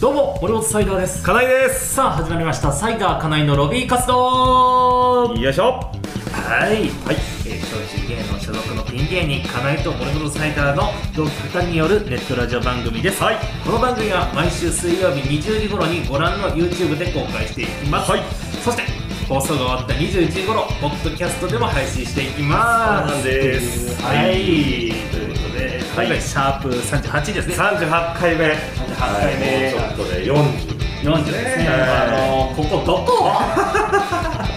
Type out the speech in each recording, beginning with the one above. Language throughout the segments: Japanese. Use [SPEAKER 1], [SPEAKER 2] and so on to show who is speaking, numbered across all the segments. [SPEAKER 1] どうも森本サイダーです
[SPEAKER 2] 金井です
[SPEAKER 1] さあ始まりましたサイダーかなえのロビー活動
[SPEAKER 2] よいしょ
[SPEAKER 1] はい
[SPEAKER 2] はい
[SPEAKER 1] えー、小一芸能所属のピン芸人かなえと森本サイダーの同期2人によるネットラジオ番組です、
[SPEAKER 2] はい
[SPEAKER 1] この番組は毎週水曜日20時頃にご覧の YouTube で公開していきます、
[SPEAKER 2] はい
[SPEAKER 1] そして放送が終わった21時頃ポッドキャストでも配信していきます
[SPEAKER 2] そうなんです
[SPEAKER 1] はい、
[SPEAKER 2] はい
[SPEAKER 1] ということで
[SPEAKER 2] は
[SPEAKER 1] 今
[SPEAKER 2] い
[SPEAKER 1] 回シャープ38ですね
[SPEAKER 2] 三十八回目
[SPEAKER 1] 38回目
[SPEAKER 2] はいもうちょっとで四十
[SPEAKER 1] 40ですね、
[SPEAKER 2] は
[SPEAKER 1] あのここどこ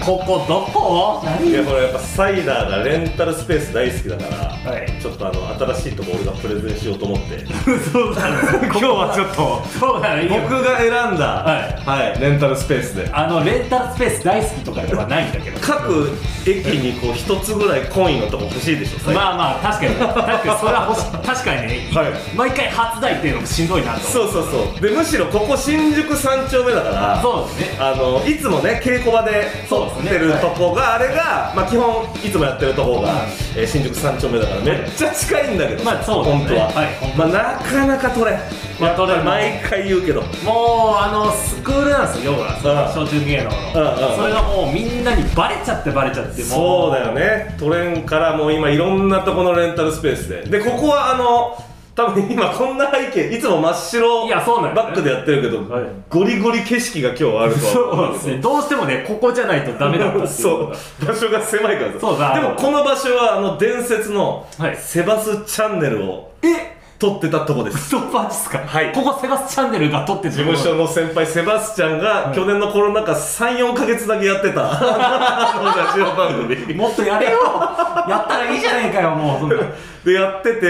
[SPEAKER 1] ここどこ
[SPEAKER 2] いやこれやっぱサイダーがレンタルスペース大好きだから、
[SPEAKER 1] はい
[SPEAKER 2] ちょっとあの新しいとこ俺がプレゼンしようと思って
[SPEAKER 1] そうなの
[SPEAKER 2] 今日はちょっと
[SPEAKER 1] そうなのいいよ
[SPEAKER 2] 僕が選んだはい、レンタルスペースで
[SPEAKER 1] あのレンタルスペース大好きとかではないんだけど
[SPEAKER 2] 各駅にこう一つぐらいコインのとこ欲しいでしょ最近
[SPEAKER 1] まあまあ確かに確かにそれは欲し確かにね、い
[SPEAKER 2] はい
[SPEAKER 1] 毎回初台っていうのもしんどいなと
[SPEAKER 2] そうそうそうでむしろここ新宿三丁目だから
[SPEAKER 1] そうですね
[SPEAKER 2] あのいつもね稽古場で
[SPEAKER 1] そ
[SPEAKER 2] 撮
[SPEAKER 1] うです
[SPEAKER 2] っ
[SPEAKER 1] ね
[SPEAKER 2] てるとこがあれが、まあ、基本いつもやってるとこが、
[SPEAKER 1] うん
[SPEAKER 2] えー新宿三丁目だからめっちゃ近いんだけど、
[SPEAKER 1] まあそうですね
[SPEAKER 2] 本当は、
[SPEAKER 1] はい
[SPEAKER 2] まあ、なかなか撮れ,、
[SPEAKER 1] まあ撮れない
[SPEAKER 2] 毎回言うけど
[SPEAKER 1] もうあのスクールなんですよ要はその小中芸能の、
[SPEAKER 2] うんうん
[SPEAKER 1] それがもうみんなにバレちゃってバレちゃっても
[SPEAKER 2] そうだよね撮れんからもう今いろんなとこのレンタルスペースででここはあの多分今こんな背景いつも真っ白
[SPEAKER 1] いやそうなんだよね
[SPEAKER 2] バックでやってるけど、
[SPEAKER 1] はい
[SPEAKER 2] ゴリゴリ景色が今日はあるとは思
[SPEAKER 1] そうですねどうしてもねここじゃないとダメだったっていう
[SPEAKER 2] そう場所が狭いからさ
[SPEAKER 1] そうだ
[SPEAKER 2] でもこの場所はあの伝説の
[SPEAKER 1] はい
[SPEAKER 2] セバスチャンネルを
[SPEAKER 1] え
[SPEAKER 2] 撮ってたとこで
[SPEAKER 1] ク
[SPEAKER 2] す
[SPEAKER 1] ソマジっすか
[SPEAKER 2] はい
[SPEAKER 1] ここセバスチャンネルが撮ってる
[SPEAKER 2] 事務所の先輩セバスチャンが去年のコロナ禍34か月だけやっ てたあのラジオ番組
[SPEAKER 1] もっとや れよやったらいいじゃねえかよもうそんな
[SPEAKER 2] でやってて、
[SPEAKER 1] い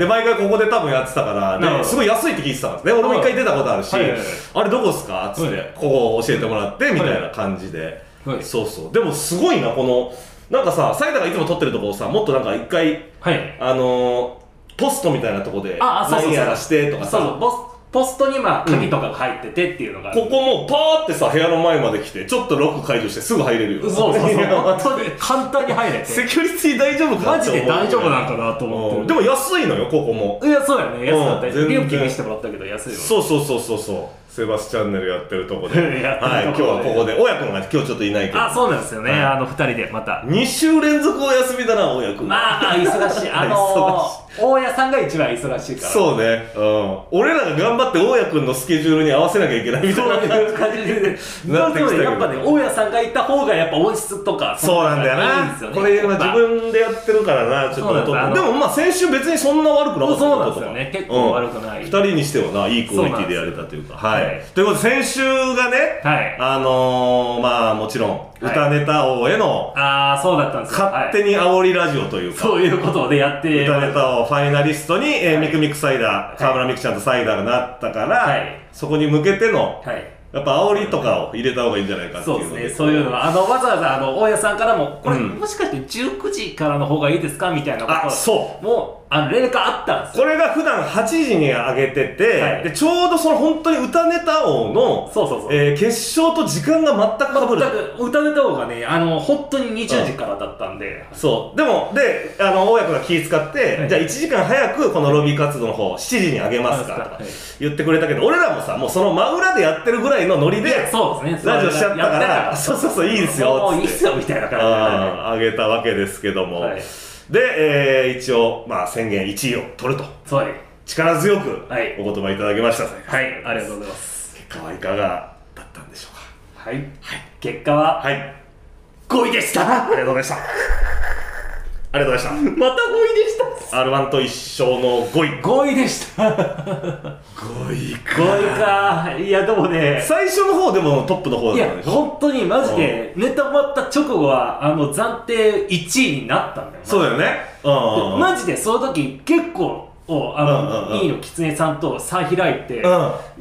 [SPEAKER 2] で毎回ここで多分やってたか
[SPEAKER 1] な
[SPEAKER 2] ら
[SPEAKER 1] るほ
[SPEAKER 2] で
[SPEAKER 1] ど
[SPEAKER 2] すごい安いって聞いてたんですね俺も一回出たことあるし、
[SPEAKER 1] はいはいはい
[SPEAKER 2] あれどこっすかっつって、
[SPEAKER 1] はい
[SPEAKER 2] ここを教えてもらってみたいな感じで、
[SPEAKER 1] はい
[SPEAKER 2] そうそうでもすごいなこのなんかさサイダーがいつも撮ってるとこをさもっとなんか一回
[SPEAKER 1] はい
[SPEAKER 2] あのー、ポストみたいなとこで
[SPEAKER 1] ああそうそうそう
[SPEAKER 2] 何やらしてとか
[SPEAKER 1] そうそう
[SPEAKER 2] さ
[SPEAKER 1] ポスポストにまあ鍵とかが入っててっていうのがある
[SPEAKER 2] ここもうパーってさ部屋の前まで来てちょっとロック解除してすぐ入れるよ
[SPEAKER 1] そうそうそう
[SPEAKER 2] いや
[SPEAKER 1] 本 当に簡単に入れて
[SPEAKER 2] セキュリティ大丈夫か
[SPEAKER 1] マジで大丈夫なんかなと思
[SPEAKER 2] う
[SPEAKER 1] っ
[SPEAKER 2] ん
[SPEAKER 1] て
[SPEAKER 2] で
[SPEAKER 1] る
[SPEAKER 2] も安いのよここも
[SPEAKER 1] いやそうだよね安かった
[SPEAKER 2] うん全然
[SPEAKER 1] 料金見せてもらったけど安いわ
[SPEAKER 2] そうそうそうそうそうセバスチャンネル やってるとこで
[SPEAKER 1] やってるとこで
[SPEAKER 2] はい今日はここで親子が今日ちょっといないけど
[SPEAKER 1] あそうなんですよね
[SPEAKER 2] はい
[SPEAKER 1] あの二人でまた
[SPEAKER 2] 2週連続お休みだな親子
[SPEAKER 1] まあ忙しいあ のー大家さんが一番忙しいから
[SPEAKER 2] そうね、うん、俺らが頑張って大家君のスケジュールに合わせなきゃいけないみた
[SPEAKER 1] そ
[SPEAKER 2] い
[SPEAKER 1] う
[SPEAKER 2] な感じ
[SPEAKER 1] いう感じで、
[SPEAKER 2] なってきたけど
[SPEAKER 1] やっぱね、大家さんがいた方がやっぱ音質とか、
[SPEAKER 2] そうなんだよ
[SPEAKER 1] いいん
[SPEAKER 2] な
[SPEAKER 1] ですよね
[SPEAKER 2] これ
[SPEAKER 1] や
[SPEAKER 2] 今
[SPEAKER 1] っぱ
[SPEAKER 2] 自分でやってるからなちょっと
[SPEAKER 1] そうなんだ
[SPEAKER 2] でもまあ先週別にそんな悪くなかった
[SPEAKER 1] そうなんですよね結構悪くない
[SPEAKER 2] 2人にしてはないいクオリティでやれたというかはい、
[SPEAKER 1] はい
[SPEAKER 2] ということで先週がね、
[SPEAKER 1] はい。
[SPEAKER 2] あのー、まあもちろん
[SPEAKER 1] い
[SPEAKER 2] 歌ネタ王への
[SPEAKER 1] ああ、そうだったんですよ。
[SPEAKER 2] 勝
[SPEAKER 1] はい
[SPEAKER 2] 手に煽りラジオというか、
[SPEAKER 1] そういうことをね、やって、
[SPEAKER 2] 歌ネタ王ファイナリストに、えーミクミクサイダー河村ミクちゃんとサイダーがなったから、
[SPEAKER 1] はい
[SPEAKER 2] そこに向けての
[SPEAKER 1] はい。
[SPEAKER 2] やっぱ煽りとかを入れた方がいいんじゃないかって
[SPEAKER 1] そう
[SPEAKER 2] いうの
[SPEAKER 1] ですね、そういうのが、あの、わざわざ、あの、大家さんからも、これ、
[SPEAKER 2] うん
[SPEAKER 1] もしかして19時からの方がいいですかみたいなこと
[SPEAKER 2] あそう
[SPEAKER 1] もう、あの、連絡あったんですよ。
[SPEAKER 2] これが普段8時に上げてて、
[SPEAKER 1] はい
[SPEAKER 2] でちょうどその本当に歌ネタ王の、
[SPEAKER 1] そうそうそう。
[SPEAKER 2] えー決勝と時間が全くかぶる
[SPEAKER 1] 全く歌ネタ方がね、あの、本当に20時からだったんで、
[SPEAKER 2] そうでもであの大家君が気使って、
[SPEAKER 1] はい
[SPEAKER 2] じゃあ1時間早くこのロビー活動の方7時に上げますかと
[SPEAKER 1] は
[SPEAKER 2] か
[SPEAKER 1] い
[SPEAKER 2] 言ってくれたけど、俺らもさもうその真裏でやってるぐらいのノリで
[SPEAKER 1] いやそうですね。
[SPEAKER 2] ラジオしちゃったから
[SPEAKER 1] や
[SPEAKER 2] そうそうそういいですよ
[SPEAKER 1] もう
[SPEAKER 2] つ
[SPEAKER 1] もう
[SPEAKER 2] っ
[SPEAKER 1] い
[SPEAKER 2] て
[SPEAKER 1] いっすよ、みたいな感じでは
[SPEAKER 2] あー上げたわけですけども、
[SPEAKER 1] はい
[SPEAKER 2] で、えー一応、まあ、宣言1位を取ると
[SPEAKER 1] い。そうです
[SPEAKER 2] 力強く
[SPEAKER 1] はい
[SPEAKER 2] お言葉いただきました、
[SPEAKER 1] はい、ありがとうございます。
[SPEAKER 2] 結果はいかがだったんでしょう
[SPEAKER 1] はい。結果は、
[SPEAKER 2] かはい
[SPEAKER 1] 5位でした
[SPEAKER 2] ありがとうございました。ありがとうございまし
[SPEAKER 1] また5位でした
[SPEAKER 2] た。R1 と一緒の5位。
[SPEAKER 1] 5位でした
[SPEAKER 2] 5位か。
[SPEAKER 1] 5位かいやでもね
[SPEAKER 2] 最初の方でもトップの方
[SPEAKER 1] い
[SPEAKER 2] だった
[SPEAKER 1] や
[SPEAKER 2] んでしょ
[SPEAKER 1] 本当にマジでネタ終わった直後はあの暫定1位になったんだよ
[SPEAKER 2] そうだよね。うん。
[SPEAKER 1] マジでその時結構おあ
[SPEAKER 2] うんうんう
[SPEAKER 1] の
[SPEAKER 2] ん
[SPEAKER 1] いいのきつねさんと差開いて
[SPEAKER 2] う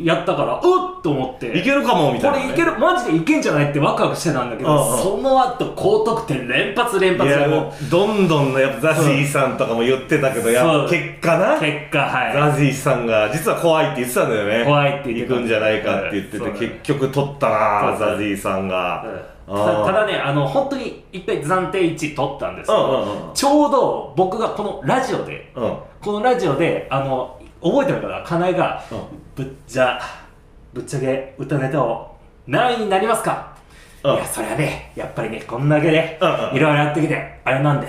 [SPEAKER 1] やったからうっと思って
[SPEAKER 2] いけるかもみた
[SPEAKER 1] こ
[SPEAKER 2] いな、
[SPEAKER 1] れいけるマジでいけんじゃないってワクワクしてたんだけど、
[SPEAKER 2] うんうん
[SPEAKER 1] その後高得点連発連
[SPEAKER 2] い
[SPEAKER 1] 発で
[SPEAKER 2] や、
[SPEAKER 1] も
[SPEAKER 2] もうどんどんねやっぱザジーさんとかも言ってたけど、やっぱ
[SPEAKER 1] そう
[SPEAKER 2] 結果な。
[SPEAKER 1] 結果はい
[SPEAKER 2] ザジーさんが実は怖いって言ってたんだよね。
[SPEAKER 1] 怖いって言ってた
[SPEAKER 2] 行くんじゃないかって言って
[SPEAKER 1] そうだ
[SPEAKER 2] て、
[SPEAKER 1] ね
[SPEAKER 2] 結局取ったな
[SPEAKER 1] そうだね
[SPEAKER 2] ザジーさ
[SPEAKER 1] う
[SPEAKER 2] ん
[SPEAKER 1] ん
[SPEAKER 2] が。
[SPEAKER 1] たた
[SPEAKER 2] だ、
[SPEAKER 1] だねあの本当に一回暫定1位取ったんですけ
[SPEAKER 2] うん
[SPEAKER 1] ど、
[SPEAKER 2] うん
[SPEAKER 1] ちょうど僕がこのラジオで
[SPEAKER 2] うん。うん。
[SPEAKER 1] このラジオであの覚えてるかなかなえが、
[SPEAKER 2] う
[SPEAKER 1] ぶっちゃぶっちゃけ歌ネタを何位になりますかい
[SPEAKER 2] うん
[SPEAKER 1] や、それはね、やっぱりね、こんだけね
[SPEAKER 2] うんうん、
[SPEAKER 1] いろいろやってきて、あれなんで、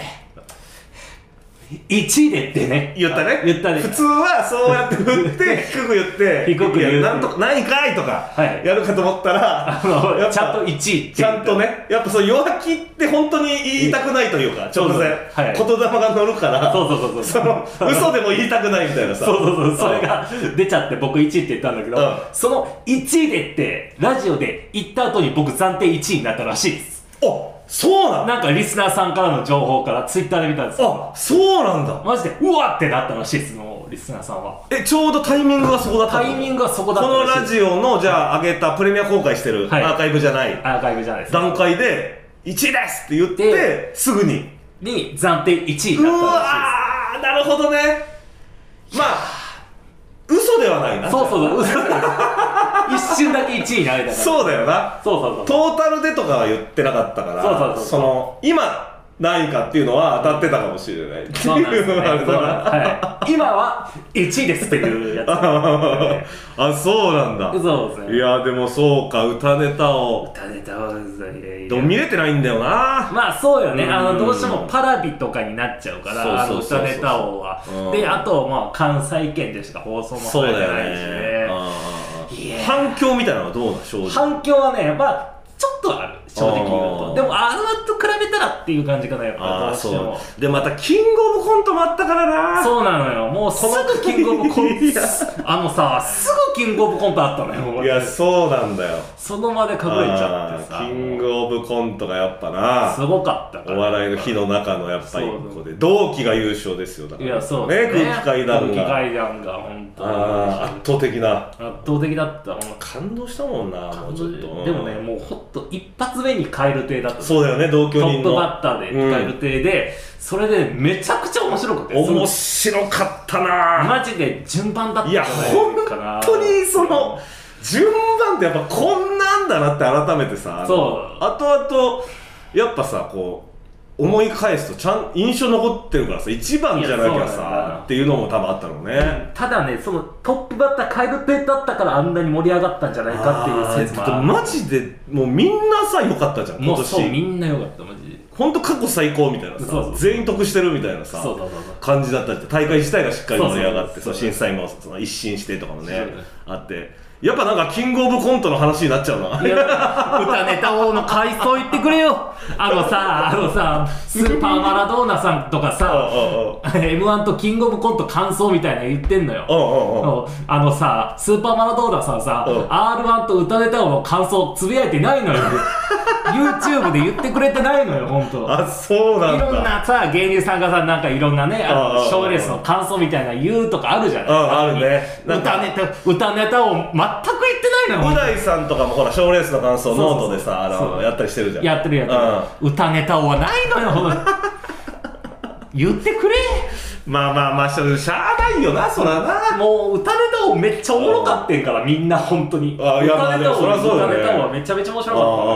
[SPEAKER 1] 1位でってね。
[SPEAKER 2] 言ったね
[SPEAKER 1] 言ったね
[SPEAKER 2] 普通はそうやって振 って低く言って
[SPEAKER 1] 低く言う
[SPEAKER 2] いやなんとかないかいとか
[SPEAKER 1] はい
[SPEAKER 2] やるかと思ったら、
[SPEAKER 1] あの
[SPEAKER 2] やっぱ
[SPEAKER 1] ちゃんと1位って。
[SPEAKER 2] ちゃんと。ねやっぱその弱気って本当に言いたくないというか
[SPEAKER 1] そうそ
[SPEAKER 2] 直
[SPEAKER 1] う
[SPEAKER 2] 前、
[SPEAKER 1] はい
[SPEAKER 2] 言霊が乗るから
[SPEAKER 1] そうそうそうそう。
[SPEAKER 2] その嘘でも言いたくないみたいなさ
[SPEAKER 1] そうそうそう、それが出ちゃって僕1位って言ったんだけど、
[SPEAKER 2] うん
[SPEAKER 1] その1位でって、ラジオで言った後に僕暫定1位になったらしいです。
[SPEAKER 2] あそうなんだ
[SPEAKER 1] なんかリスナーさんからの情報からツイッターで見たんですよ。
[SPEAKER 2] あそうなんだ
[SPEAKER 1] マジで、うわってなったらしいです、もうリスナーさんは。
[SPEAKER 2] えちょうどタイミングがそこだった
[SPEAKER 1] タイミングはそこだっ
[SPEAKER 2] こ
[SPEAKER 1] た
[SPEAKER 2] の
[SPEAKER 1] ら
[SPEAKER 2] ラ
[SPEAKER 1] しいです。
[SPEAKER 2] ジオのじゃあ上げたプレミア公開してる、
[SPEAKER 1] はい
[SPEAKER 2] アーカイブじゃない
[SPEAKER 1] アーカイブじゃないですか。
[SPEAKER 2] 段階で1位ですって言ってすぐに
[SPEAKER 1] に暫定1位
[SPEAKER 2] う
[SPEAKER 1] になったらしいです。
[SPEAKER 2] わーなるほどねまあ嘘ではないな
[SPEAKER 1] そうそうそう、嘘だ一瞬だけ1位になれたから。そう
[SPEAKER 2] そうだよな
[SPEAKER 1] そうそう。
[SPEAKER 2] トータルでとかは言ってなかったから
[SPEAKER 1] そうそうそう
[SPEAKER 2] その今何位かっていうのは当たってたかもしれないって
[SPEAKER 1] そうなんで
[SPEAKER 2] い
[SPEAKER 1] すね。
[SPEAKER 2] うのがある
[SPEAKER 1] そう
[SPEAKER 2] から
[SPEAKER 1] なんですはい、今は1位ですっていうやつ。
[SPEAKER 2] あそうなんだ
[SPEAKER 1] そうですね。
[SPEAKER 2] いやでもそうか歌ネタを
[SPEAKER 1] 歌ネタはうざいやいや
[SPEAKER 2] ど見れてないんだよな
[SPEAKER 1] まあそうよね、
[SPEAKER 2] うん
[SPEAKER 1] あのどうしてもパラビとかになっちゃうから、あ
[SPEAKER 2] そ
[SPEAKER 1] の
[SPEAKER 2] うそうそうそ
[SPEAKER 1] 歌
[SPEAKER 2] う
[SPEAKER 1] ネタ王は
[SPEAKER 2] うん。
[SPEAKER 1] で、あと、まあ関西圏でしか放送もさ
[SPEAKER 2] そう
[SPEAKER 1] れて
[SPEAKER 2] だ
[SPEAKER 1] ないし
[SPEAKER 2] よ
[SPEAKER 1] ね。い
[SPEAKER 2] ね
[SPEAKER 1] やー
[SPEAKER 2] 反響みたいなのはどうなの正直
[SPEAKER 1] 反響はね、まあちょっとある、正直言う
[SPEAKER 2] あ
[SPEAKER 1] と。
[SPEAKER 2] ー
[SPEAKER 1] でも、あのと比べたらっていう感じかな、やっぱ
[SPEAKER 2] あ
[SPEAKER 1] ど
[SPEAKER 2] あ
[SPEAKER 1] うして
[SPEAKER 2] そ
[SPEAKER 1] も。
[SPEAKER 2] うでまたキングオブコントもあったからな
[SPEAKER 1] そうなのよ、もうすぐキングオブコン
[SPEAKER 2] いや
[SPEAKER 1] ト、あのさ、すぐキングオブコントあったのよ、
[SPEAKER 2] いやそうなんだよ
[SPEAKER 1] その場で隠れちゃって
[SPEAKER 2] あ
[SPEAKER 1] さ
[SPEAKER 2] ーキ、ングオブコントがやっぱな
[SPEAKER 1] すごかったか
[SPEAKER 2] お
[SPEAKER 1] ら。
[SPEAKER 2] 笑いの火の中のやっぱり一
[SPEAKER 1] そ
[SPEAKER 2] 個
[SPEAKER 1] う
[SPEAKER 2] で同期が優勝ですよだか
[SPEAKER 1] い
[SPEAKER 2] ら
[SPEAKER 1] や、そうですね。
[SPEAKER 2] ね空気階段
[SPEAKER 1] 空気
[SPEAKER 2] が
[SPEAKER 1] 階段が、本当に
[SPEAKER 2] あー圧倒的な
[SPEAKER 1] 圧倒的だった。もう
[SPEAKER 2] 感動したもんなもうちょっと
[SPEAKER 1] でもね、もうほっと一発目に蛙亭だった。
[SPEAKER 2] そうだよね同居
[SPEAKER 1] ト
[SPEAKER 2] 人
[SPEAKER 1] ップ
[SPEAKER 2] の
[SPEAKER 1] バッターで蛙亭で、それでめちゃくちゃ面白くて。
[SPEAKER 2] 面白かった
[SPEAKER 1] その
[SPEAKER 2] な
[SPEAKER 1] マジで順番だった
[SPEAKER 2] いや本当にその順番ってやっぱこんなんだなって改めてさ
[SPEAKER 1] そう
[SPEAKER 2] あとあとやっぱさこう思い返すとちゃん印象残ってるからさ一番じゃな
[SPEAKER 1] や
[SPEAKER 2] いき
[SPEAKER 1] そうな
[SPEAKER 2] ゃ
[SPEAKER 1] んだ
[SPEAKER 2] さっていうのも多分あったのね
[SPEAKER 1] ただね、そのトップバッター蛙亭だったからあんなに盛り上がったんじゃないかっていう説も
[SPEAKER 2] あ
[SPEAKER 1] あ
[SPEAKER 2] ー
[SPEAKER 1] る
[SPEAKER 2] マジでもうみんなさ良かったじゃん今
[SPEAKER 1] もうそう、み
[SPEAKER 2] 年
[SPEAKER 1] んな良かった、マジで。
[SPEAKER 2] 本当過去最高みたいなさ
[SPEAKER 1] そうそう
[SPEAKER 2] 全員得してるみたいな
[SPEAKER 1] そ
[SPEAKER 2] さ
[SPEAKER 1] うそうそうそう。
[SPEAKER 2] 感じだったって大会自体がしっかり盛り上がって
[SPEAKER 1] そ
[SPEAKER 2] そうう
[SPEAKER 1] そうそう
[SPEAKER 2] 審査員もその一新してとかもね
[SPEAKER 1] そう
[SPEAKER 2] あってやっぱなんかキングオブコントの話になっちゃうない
[SPEAKER 1] や歌ネタ王の回想言ってくれよ あのさあのさスーパーマラドーナさんとか
[SPEAKER 2] あああ
[SPEAKER 1] さ m 1とキングオブコント感想みたいなの言ってんの
[SPEAKER 2] ああ
[SPEAKER 1] よ
[SPEAKER 2] ああ
[SPEAKER 1] あのさスーパーマラドーナさんさ
[SPEAKER 2] うん
[SPEAKER 1] r 1と歌ネタ王の感想つぶやいてないの よ YouTube で言ってくれてないのよ本当
[SPEAKER 2] ああそうないんだ
[SPEAKER 1] ろんなさ芸人さんがさなんかいろんなね
[SPEAKER 2] ああああ
[SPEAKER 1] 賞レースの感想みたいなの言うとかあるじゃない
[SPEAKER 2] ああるねなん
[SPEAKER 1] 歌
[SPEAKER 2] か
[SPEAKER 1] ネタ歌ネタを全く言ってないのよ
[SPEAKER 2] う大さんとかもほら賞レースの感想
[SPEAKER 1] そうそう
[SPEAKER 2] ノートでさあ
[SPEAKER 1] そう
[SPEAKER 2] のやったりしてるじゃん
[SPEAKER 1] やってるやってる、歌ネタはないのよほら言ってくれ
[SPEAKER 2] うんまあまあまあしゃしゃあないよなそらな
[SPEAKER 1] もう歌ネタをめっちゃおもろかってんからみんな本当に
[SPEAKER 2] あいや
[SPEAKER 1] 歌
[SPEAKER 2] まあ
[SPEAKER 1] ネ
[SPEAKER 2] で
[SPEAKER 1] タ
[SPEAKER 2] もそりゃそうだ
[SPEAKER 1] を
[SPEAKER 2] よね
[SPEAKER 1] 歌ネタはめちゃめちゃ面
[SPEAKER 2] あ
[SPEAKER 1] 白
[SPEAKER 2] あああ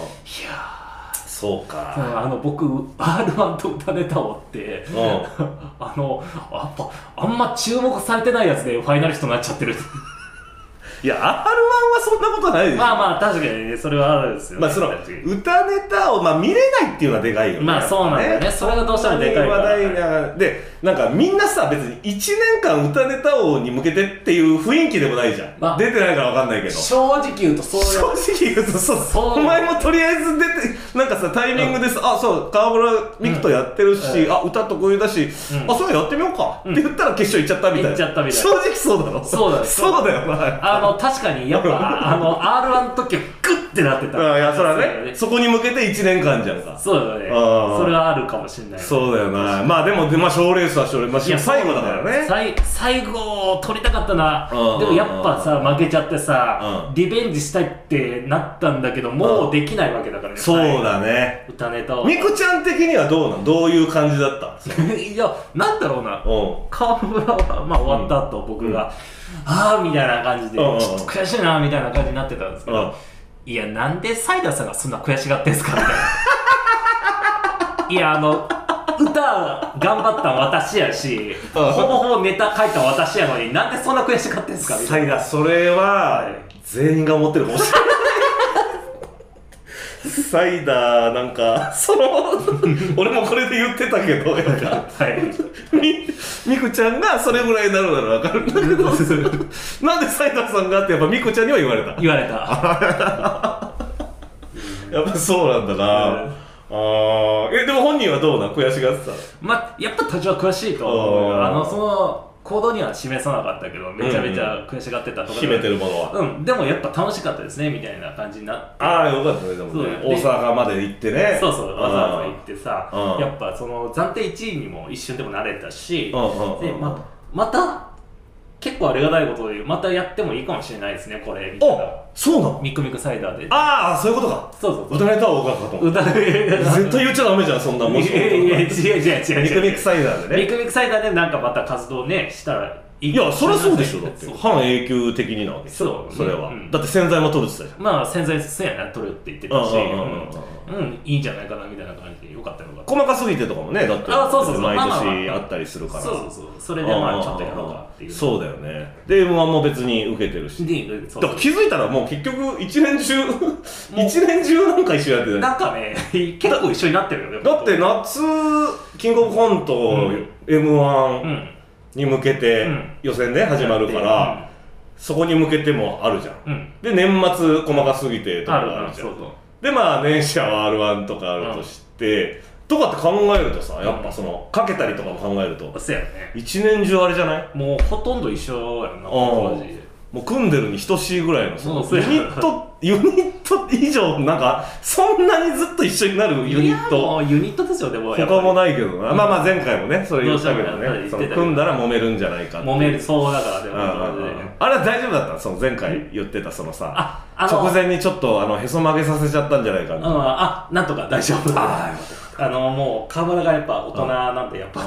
[SPEAKER 2] ああ
[SPEAKER 1] かっ
[SPEAKER 2] ああ
[SPEAKER 1] たいやー
[SPEAKER 2] そうか
[SPEAKER 1] あの僕 r 1と歌ネタをって
[SPEAKER 2] うん
[SPEAKER 1] あのやっぱあんま注目されてないやつでファイナリストになっちゃって る
[SPEAKER 2] いや R1 はそんなことないでしょ
[SPEAKER 1] まあまあ確かにねそれはあるんですよね、
[SPEAKER 2] まあその
[SPEAKER 1] 確かに
[SPEAKER 2] 歌ネタをまあ見れないっていうのはでかいよね。
[SPEAKER 1] まあそうなんだよねそれがどうしてもでかいから
[SPEAKER 2] 話題なでなんかみんなさ別に1年間歌ネタ王に向けてっていう雰囲気でもないじゃん。
[SPEAKER 1] まあ
[SPEAKER 2] 出てないからわかんないけど。正
[SPEAKER 1] 正直言うとそういう
[SPEAKER 2] 直言うとそう
[SPEAKER 1] そう
[SPEAKER 2] お前もとりあえず出てなんかさタイミングでさ、あそう川村ミクトやってるし、
[SPEAKER 1] うん
[SPEAKER 2] あ歌得意だし、
[SPEAKER 1] うん
[SPEAKER 2] あそうやってみようか、
[SPEAKER 1] うん
[SPEAKER 2] って言ったら決勝行っちゃったみたいな
[SPEAKER 1] 行っちゃったみたい
[SPEAKER 2] 正直そうだろ
[SPEAKER 1] そうだよ
[SPEAKER 2] そうだよな
[SPEAKER 1] あの確かにやっ ぱあの R1 の時はグッてなってた
[SPEAKER 2] うんいやそれはねそこに向けて1年間じゃんか
[SPEAKER 1] そうだね
[SPEAKER 2] あー
[SPEAKER 1] それはあるかもしれない
[SPEAKER 2] そうだよな。まあでも、でまあ、賞レースは賞レース。まあ、
[SPEAKER 1] いや
[SPEAKER 2] 最後だからね。
[SPEAKER 1] 最最後を取りたかったな
[SPEAKER 2] うん
[SPEAKER 1] でもやっぱさ負けちゃってさ
[SPEAKER 2] うん
[SPEAKER 1] リベンジしたいってなったんだけどもうできないわけだからね
[SPEAKER 2] そう
[SPEAKER 1] だ
[SPEAKER 2] だね。
[SPEAKER 1] 歌ネタを
[SPEAKER 2] みくちゃん的にはどうなんどういう感じだった
[SPEAKER 1] いやなんだろうな
[SPEAKER 2] うん。
[SPEAKER 1] 川村は、まあ、終わった後、僕が、ああみたいな感じで、
[SPEAKER 2] うんうん
[SPEAKER 1] ちょっと悔しいなみたいな感じになってたんですけど、
[SPEAKER 2] うん
[SPEAKER 1] いや なんでサイダーさんがそんな悔しがってんすかみたいないやあの歌は頑張ったん私やし、ほ
[SPEAKER 2] うん
[SPEAKER 1] ぼほぼネタ書いたん私やのに、なんでそんな悔しかったんですかみた
[SPEAKER 2] サ
[SPEAKER 1] い
[SPEAKER 2] イダーそれは全員が思ってるかもしれないサイダーなんかその俺もこれで言ってたけどなん
[SPEAKER 1] な。
[SPEAKER 2] か
[SPEAKER 1] はい。
[SPEAKER 2] みみくちゃんがそれぐらいになるならわかるんだけどなんでサイダーさんがってやっぱみくちゃんには言われた
[SPEAKER 1] 言われた。
[SPEAKER 2] やっぱそうなんだな、
[SPEAKER 1] うん
[SPEAKER 2] ああえでも本人はどうなん悔しがってた
[SPEAKER 1] まあ、やっぱ多少は悔しいと思う
[SPEAKER 2] うん
[SPEAKER 1] よ。あの、その、行動には示さなかったけど、めちゃめちゃ悔しがってたとか。
[SPEAKER 2] 秘めてるものは
[SPEAKER 1] うん、でもやっぱ楽しかったですね、みたいな感じになって。
[SPEAKER 2] ああよかったねでもね
[SPEAKER 1] そう
[SPEAKER 2] 大
[SPEAKER 1] ね
[SPEAKER 2] 阪まで行ってね
[SPEAKER 1] そうそう、わざわざ行
[SPEAKER 2] 行
[SPEAKER 1] っ
[SPEAKER 2] って
[SPEAKER 1] さ
[SPEAKER 2] う、ん
[SPEAKER 1] やっぱその暫定1位にも一瞬でもなれたし、
[SPEAKER 2] うんうん
[SPEAKER 1] で、
[SPEAKER 2] うん
[SPEAKER 1] ま、また、結構ありがたいことで、またやってもいいかもしれないですね、これ、みたいな。
[SPEAKER 2] おそうなの
[SPEAKER 1] ミクミクサイダーで。
[SPEAKER 2] ああそういうことか
[SPEAKER 1] そうそうそう。
[SPEAKER 2] 歌われた方がかと思った
[SPEAKER 1] 歌で。
[SPEAKER 2] 絶対言っちゃダメじゃんそんなもん
[SPEAKER 1] いやいやいや、違う違う違う違う。
[SPEAKER 2] ミクミクサイダーで
[SPEAKER 1] ミ
[SPEAKER 2] ね
[SPEAKER 1] クミクサイダーでなんかまた活動ね、したらいい
[SPEAKER 2] いやそりゃそうでしょだって
[SPEAKER 1] そう
[SPEAKER 2] 半永久的になわけ
[SPEAKER 1] そう
[SPEAKER 2] それは、
[SPEAKER 1] うん
[SPEAKER 2] だって洗剤も取るって言ってたじ
[SPEAKER 1] まあ、潜在せやな、取るって言って
[SPEAKER 2] ゃん
[SPEAKER 1] たし、う
[SPEAKER 2] うんうんうんうん
[SPEAKER 1] ん、うんいいんじゃないかな、みたいな感じで、よかったよかった。
[SPEAKER 2] 細かすぎてとかもねだって
[SPEAKER 1] あそうそうそう
[SPEAKER 2] 毎
[SPEAKER 1] まあまあ
[SPEAKER 2] 年
[SPEAKER 1] まあ
[SPEAKER 2] あったりするから
[SPEAKER 1] そうそうそう。それでまあ、ちょっとやろうかっていう。
[SPEAKER 2] そうだよねで m 1も別に受けてるし
[SPEAKER 1] で、そう
[SPEAKER 2] だから気づいたらもう結局一 年中一年中なんか一緒やってた
[SPEAKER 1] なんかね、結構一緒になってるよね。
[SPEAKER 2] だって夏キングオブコント、
[SPEAKER 1] うん
[SPEAKER 2] m
[SPEAKER 1] う
[SPEAKER 2] 1
[SPEAKER 1] ん。
[SPEAKER 2] に向けて
[SPEAKER 1] うん
[SPEAKER 2] 予選ね始まるから、そこに向けてもあるじゃん
[SPEAKER 1] うん。うん。
[SPEAKER 2] で年末細かすぎてとか
[SPEAKER 1] ある
[SPEAKER 2] あるじゃ
[SPEAKER 1] そうんそう。
[SPEAKER 2] でまあ年始は r 1とかあるとして、とかって考えるとさやっぱそのかけたりとかも考えると
[SPEAKER 1] そうやね。
[SPEAKER 2] 一年中あれじゃない
[SPEAKER 1] もうほとんど一緒やんな、
[SPEAKER 2] う
[SPEAKER 1] マ
[SPEAKER 2] ん
[SPEAKER 1] ジで。
[SPEAKER 2] もう組んでるに等しいぐらいのその
[SPEAKER 1] そう
[SPEAKER 2] ユ
[SPEAKER 1] や
[SPEAKER 2] ニット ユニット以上なんかそんなにずっと一緒になるユニッ
[SPEAKER 1] いやも
[SPEAKER 2] ト
[SPEAKER 1] うユニットですよ、でも。やっぱり
[SPEAKER 2] 他もないけどな、まあまあ前回もねそれ言ったけど
[SPEAKER 1] どうしてもやっぱ
[SPEAKER 2] ね
[SPEAKER 1] り
[SPEAKER 2] そ
[SPEAKER 1] 言ってたけど
[SPEAKER 2] の組んだら揉めるんじゃないかっていう
[SPEAKER 1] 揉める、そうだから、で
[SPEAKER 2] う
[SPEAKER 1] も。
[SPEAKER 2] んうんうんうんあれは大丈夫だったのその前回言ってたそのさ
[SPEAKER 1] ああの
[SPEAKER 2] 直前にちょっとあのへそ曲げさせちゃったんじゃないか
[SPEAKER 1] うん、
[SPEAKER 2] な
[SPEAKER 1] あ、なんとか大丈夫。
[SPEAKER 2] あーよか
[SPEAKER 1] あの、もう、河村がやっぱ大人なんで、やっぱ。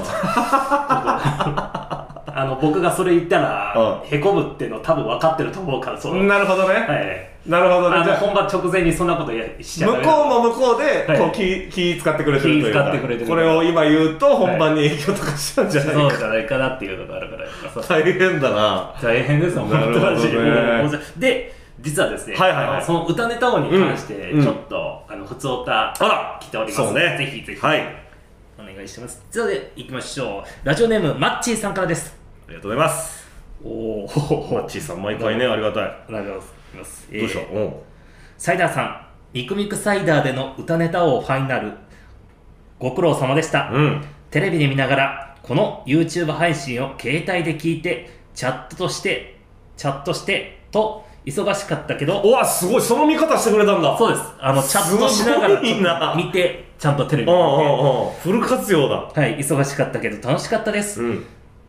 [SPEAKER 1] あの、僕がそれ言ったら、
[SPEAKER 2] う
[SPEAKER 1] へこむっての多分分かってると思うから、そう。
[SPEAKER 2] なるほどね、
[SPEAKER 1] はい。
[SPEAKER 2] なるほど
[SPEAKER 1] あ
[SPEAKER 2] ねじ
[SPEAKER 1] の、
[SPEAKER 2] ゃあ
[SPEAKER 1] 本番直前にそんなことやしちゃダ
[SPEAKER 2] 向
[SPEAKER 1] メ
[SPEAKER 2] こうも向こうで
[SPEAKER 1] はい
[SPEAKER 2] こう気気使ってくれてるという
[SPEAKER 1] 気
[SPEAKER 2] か
[SPEAKER 1] 使ってくれてる
[SPEAKER 2] これを今言うと本番に影響とかしちゃうんじゃない
[SPEAKER 1] そう
[SPEAKER 2] か
[SPEAKER 1] じゃないかなっていうのがあるから、やっぱそう
[SPEAKER 2] 大変だな
[SPEAKER 1] 大変ですよ、
[SPEAKER 2] なるほどね
[SPEAKER 1] 本当にもうで、実はですね、
[SPEAKER 2] はいはいはい
[SPEAKER 1] あのその歌ネタ王に関して、
[SPEAKER 2] うん
[SPEAKER 1] ちょっと、あの、普通歌、
[SPEAKER 2] あら
[SPEAKER 1] 来ております。
[SPEAKER 2] そうね
[SPEAKER 1] ぜひぜひ。
[SPEAKER 2] はい
[SPEAKER 1] お願いします。それでは、行きましょう。ラジオネーム、マッチーさんからです。
[SPEAKER 2] ありがとうございます
[SPEAKER 1] おお
[SPEAKER 2] マッチーさん毎回ねありがたい
[SPEAKER 1] ありがとうございます。
[SPEAKER 2] どうした
[SPEAKER 1] えー
[SPEAKER 2] うん
[SPEAKER 1] サイダーさん、ミクミクサイダーでの歌ネタ王ファイナル、ご苦労様でした。
[SPEAKER 2] うん
[SPEAKER 1] テレビで見ながら、この YouTube 配信を携帯で聞いて、チャットとして、チャットして、と、忙しかったけど、
[SPEAKER 2] うわすごいその見方してくれたんだ
[SPEAKER 1] そうです。あの、チャットしながら
[SPEAKER 2] すごいな
[SPEAKER 1] ちょっと見て、ちゃんとテレビ
[SPEAKER 2] うん
[SPEAKER 1] 見て。
[SPEAKER 2] うんうんフル活用だ
[SPEAKER 1] はい、忙しかったけど楽しかったです。
[SPEAKER 2] うん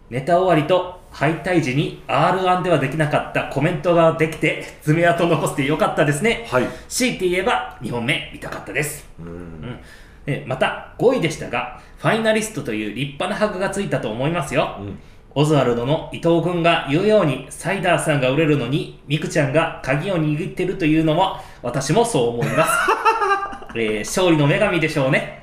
[SPEAKER 1] ネタ終わりと敗退時に R1 ではできなかったコメントができて、爪痕残してよかったですね。
[SPEAKER 2] はい
[SPEAKER 1] 強いて言えば2本目見たかったです。
[SPEAKER 2] うん
[SPEAKER 1] うんえまた5位でしたが、ファイナリストという立派な箔がついたと思いますよ。
[SPEAKER 2] うん
[SPEAKER 1] オズワルドの伊藤君が言うように、サイダーさんが売れるのに、ミクちゃんが鍵を握ってるというのも、私もそう思います。 えー勝利の女神でしょうね。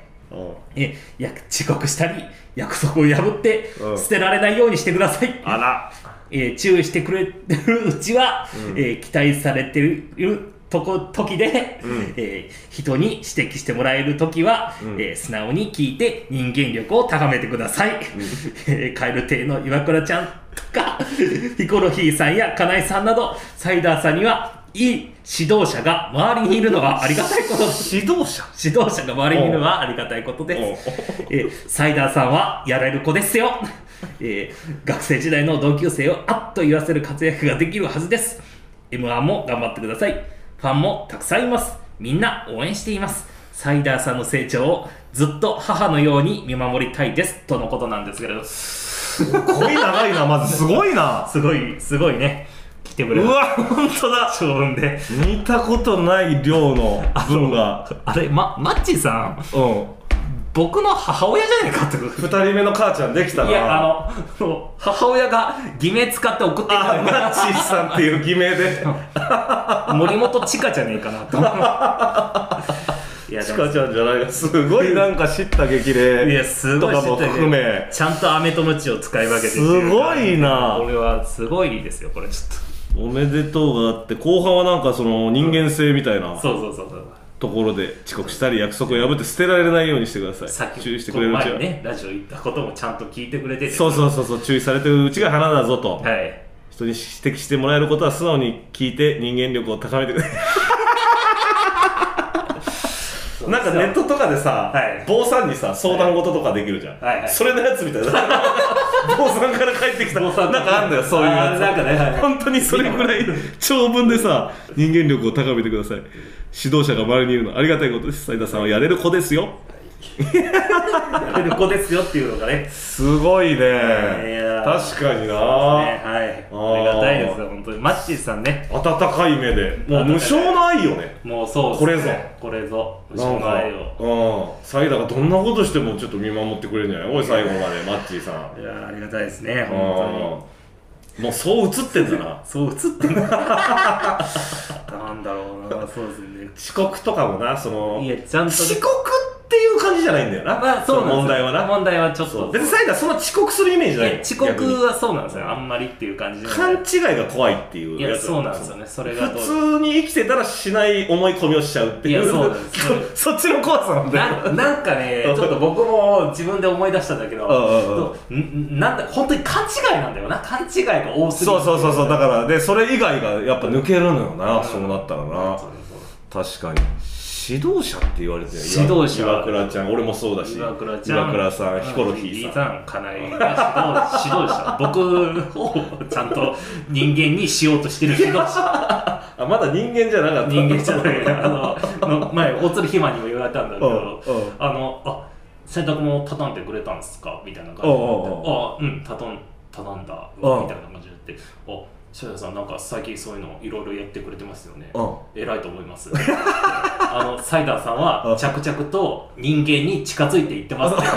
[SPEAKER 1] えや遅刻したり、約束を破って
[SPEAKER 2] う、ん
[SPEAKER 1] 捨てられないようにしてください。
[SPEAKER 2] あら
[SPEAKER 1] えー注意してくれ てるうちは、えー期待されてるとこ時で、
[SPEAKER 2] うん
[SPEAKER 1] えー人に指摘してもらえる時は、
[SPEAKER 2] うん
[SPEAKER 1] えー素直に聞いて人間力を高めてください、 えーカエル亭の岩倉ちゃんとか ヒコロヒーさんや金井さんなどサイダーさんにはいい指導者が周りにいるのはありがたいことです
[SPEAKER 2] 指導者
[SPEAKER 1] 指導者が周りにいるのはありがたいことです。えーサイダーさんはやれる子ですよ。えー学生時代の同級生をあっと言わせる活躍ができるはずです。M1 も頑張ってください。ファンもたくさんいます。みんな応援しています。サイダーさんの成長をずっと母のように見守りたいです。とのことなんですけれど、す
[SPEAKER 2] 恋長いなまずすごいな
[SPEAKER 1] ごい、すごいね。来てく
[SPEAKER 2] う
[SPEAKER 1] れる。
[SPEAKER 2] わ本当だ
[SPEAKER 1] 長文で。
[SPEAKER 2] 見たことない量の分が
[SPEAKER 1] あれ、ま、マッチーさん、
[SPEAKER 2] うん
[SPEAKER 1] 僕の母親じゃないかってこと
[SPEAKER 2] 二人目の母ちゃんできたない
[SPEAKER 1] や、あの、その母親が偽名使って送ってきた
[SPEAKER 2] あ
[SPEAKER 1] の
[SPEAKER 2] マ
[SPEAKER 1] が
[SPEAKER 2] ッチーさんっていう偽名で
[SPEAKER 1] 森本千佳じゃねえかなと思いやで
[SPEAKER 2] チ
[SPEAKER 1] も
[SPEAKER 2] カちゃんじゃないがすごいなんか知った激
[SPEAKER 1] い
[SPEAKER 2] 励
[SPEAKER 1] やす
[SPEAKER 2] と
[SPEAKER 1] ごい
[SPEAKER 2] か
[SPEAKER 1] 知
[SPEAKER 2] も
[SPEAKER 1] ってる
[SPEAKER 2] 含め
[SPEAKER 1] ちゃんとアメとムチを使い分けてって
[SPEAKER 2] す
[SPEAKER 1] うか
[SPEAKER 2] ごいな
[SPEAKER 1] これはすごいですよこれちょっ
[SPEAKER 2] おめでとうがあって後半はなんかその人間性みたいな
[SPEAKER 1] とそうそうそうそう
[SPEAKER 2] ところで遅刻したり約束を破って捨てられないようにしてください
[SPEAKER 1] さっき
[SPEAKER 2] 注意して
[SPEAKER 1] こ
[SPEAKER 2] くれ
[SPEAKER 1] の
[SPEAKER 2] るうち
[SPEAKER 1] 前
[SPEAKER 2] は、
[SPEAKER 1] ねラジオ行ったこともちゃんと聞いてくれてて
[SPEAKER 2] そうそうそうそう注意されてるうちが花だぞと、
[SPEAKER 1] はい
[SPEAKER 2] 人に指摘してもらえることは素直に聞いて人間力を高めてくれなんかネットとかでさ、
[SPEAKER 1] はい
[SPEAKER 2] 坊さんにさ相談事とかできるじゃん、
[SPEAKER 1] はいはい
[SPEAKER 2] それのやつみたいな坊さんから帰ってきたなんかあんだよそういうや
[SPEAKER 1] あー
[SPEAKER 2] つ
[SPEAKER 1] なんかねはいはい
[SPEAKER 2] 本当にそれぐらい長文でさ人間力を高めてください指導者が周りにいるのありがたいことです斉田さんはやれる子ですよ
[SPEAKER 1] やれる子ですよっていうのがね
[SPEAKER 2] すごいね
[SPEAKER 1] いやー
[SPEAKER 2] 確かに
[SPEAKER 1] ね
[SPEAKER 2] な
[SPEAKER 1] はいありがたいですよ本当にマッチーさんね
[SPEAKER 2] 温かい目でもう無償の愛よね
[SPEAKER 1] もうそう
[SPEAKER 2] これぞ
[SPEAKER 1] これぞ無
[SPEAKER 2] な
[SPEAKER 1] 償
[SPEAKER 2] ん
[SPEAKER 1] の
[SPEAKER 2] か
[SPEAKER 1] 愛を
[SPEAKER 2] うんサイダーがどんなことしてもちょっと見守ってくれるんじゃないおい最後までマッチーさん
[SPEAKER 1] いやーありがたいですね
[SPEAKER 2] うん
[SPEAKER 1] 本
[SPEAKER 2] もうそう映ってんだな
[SPEAKER 1] 当にそう映ってる なんだろうなそうですね
[SPEAKER 2] 遅刻とかもなその
[SPEAKER 1] いやちゃんとね
[SPEAKER 2] 遅刻っていう感じじゃないんだよな、
[SPEAKER 1] まあそうなんです
[SPEAKER 2] の
[SPEAKER 1] よ
[SPEAKER 2] 問題はな
[SPEAKER 1] 問題はちょっ
[SPEAKER 2] そう
[SPEAKER 1] と
[SPEAKER 2] 別にサイダーそんな遅刻するイメージ
[SPEAKER 1] い
[SPEAKER 2] ない
[SPEAKER 1] や
[SPEAKER 2] よ
[SPEAKER 1] 遅
[SPEAKER 2] 逆に
[SPEAKER 1] 刻はそうなんですよあんまりっていう感じなんで
[SPEAKER 2] 勘違いが怖いっていう
[SPEAKER 1] いや
[SPEAKER 2] つ
[SPEAKER 1] そうなんですよねそれがどう
[SPEAKER 2] 普通に生きてたらしない思い込みをしちゃうっていう
[SPEAKER 1] いやそうなんです
[SPEAKER 2] そっちの怖さなんだよ
[SPEAKER 1] ななんかね、ちょっと僕も自分で思い出したんだけど、
[SPEAKER 2] うんうんうん
[SPEAKER 1] そううんなんだ本当に勘違いなんだよな、勘違いが多すぎる。
[SPEAKER 2] そうそうそうそうだからでそれ以外がやっぱ抜けるのよな、
[SPEAKER 1] うん
[SPEAKER 2] そうなったらな
[SPEAKER 1] そうそう
[SPEAKER 2] 確かに指導者って言われてる
[SPEAKER 1] 指導者
[SPEAKER 2] 岩倉ちゃん俺もそうだし
[SPEAKER 1] 岩倉ちゃん、
[SPEAKER 2] 岩倉さんヒコロヒ
[SPEAKER 1] リ
[SPEAKER 2] ー
[SPEAKER 1] ー
[SPEAKER 2] さん
[SPEAKER 1] さん、かなえが指導者、僕をちゃんと人間にしようとしてる指導者、
[SPEAKER 2] あまだ人間じゃなかった
[SPEAKER 1] 人間じゃない、あの、の前、大鶴ひまにも言われたんだけ
[SPEAKER 2] う
[SPEAKER 1] ど、
[SPEAKER 2] んうん
[SPEAKER 1] あの、あ洗濯物畳んでくれたんですかみたいな感じ
[SPEAKER 2] お
[SPEAKER 1] で、
[SPEAKER 2] うおう
[SPEAKER 1] あうん、畳ん畳んだ、
[SPEAKER 2] うん
[SPEAKER 1] みたいな感じで言って、あシャイさん、なんか最近そういうのいろいろやってくれてますよね。
[SPEAKER 2] うん
[SPEAKER 1] 偉いと思います。あの、サイダーさん
[SPEAKER 2] う
[SPEAKER 1] は
[SPEAKER 2] ん
[SPEAKER 1] 着々と人間に近づいていってますね。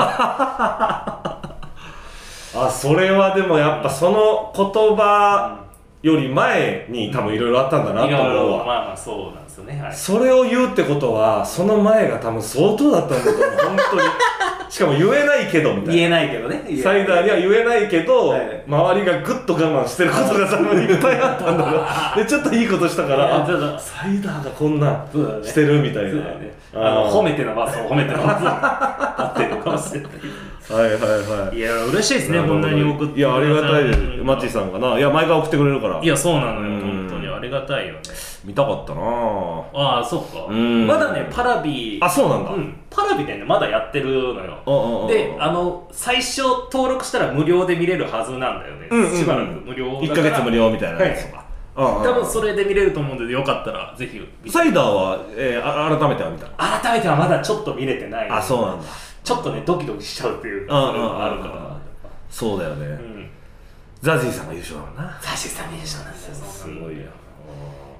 [SPEAKER 2] あそれはでもやっぱその言葉より前に多分いろいろあったんだないと
[SPEAKER 1] ろい
[SPEAKER 2] 思う
[SPEAKER 1] ろ、
[SPEAKER 2] わ
[SPEAKER 1] まあまあそうなんですよね。はい。
[SPEAKER 2] それを言うってことはその前が多分相当だったんだと思う本当にしかも言えないけどみたいな
[SPEAKER 1] 言えないけどね。言えない
[SPEAKER 2] サイダーには言えないけど、
[SPEAKER 1] はい
[SPEAKER 2] 周りがぐっと我慢してることが多分いっぱいあったん だからでちょっといいことしたか
[SPEAKER 1] いや
[SPEAKER 2] らあ
[SPEAKER 1] ちょっと
[SPEAKER 2] サイダーがこんな
[SPEAKER 1] そうだね
[SPEAKER 2] してるみたい
[SPEAKER 1] そう
[SPEAKER 2] な
[SPEAKER 1] だよね。
[SPEAKER 2] あ
[SPEAKER 1] あの、
[SPEAKER 2] ー
[SPEAKER 1] 褒めての罰を褒めての罰を合ってるかもしれない。
[SPEAKER 2] はいはいはい
[SPEAKER 1] いや、嬉しいですね、こんなに送って。
[SPEAKER 2] いやありがたいですマッチーさんがないや毎回送ってくれるから
[SPEAKER 1] いや、そうなの
[SPEAKER 2] うん
[SPEAKER 1] よ、本当に。ありがたいよね。
[SPEAKER 2] 見たかったなぁ
[SPEAKER 1] ああ、そっか。
[SPEAKER 2] うん
[SPEAKER 1] まだね、パラビ、
[SPEAKER 2] あそうなんだ、
[SPEAKER 1] うん、パラビでね、まだやってるのよ。で、あ
[SPEAKER 2] の
[SPEAKER 1] の、最初登録したら無料で見れるはずなんだよね。
[SPEAKER 2] うんうんうん
[SPEAKER 1] しばらく無料だ
[SPEAKER 2] 1
[SPEAKER 1] か
[SPEAKER 2] から月無。料みたいな
[SPEAKER 1] はい
[SPEAKER 2] やつとか、うんうん
[SPEAKER 1] 多分それで見れると思うので、よかったら、ぜひ見て。
[SPEAKER 2] サイダーは、えーあ改めては見た
[SPEAKER 1] 改めてはまだちょっと見れてない。
[SPEAKER 2] あそうなんだ
[SPEAKER 1] ちょっとね、ドキドキしちゃうっていう
[SPEAKER 2] うんうん
[SPEAKER 1] それがあるか
[SPEAKER 2] そうだよね、
[SPEAKER 1] ら。うん。
[SPEAKER 2] ザジーさんが優勝なのな
[SPEAKER 1] 最初さん見でしょなんですよ。
[SPEAKER 2] すごいよ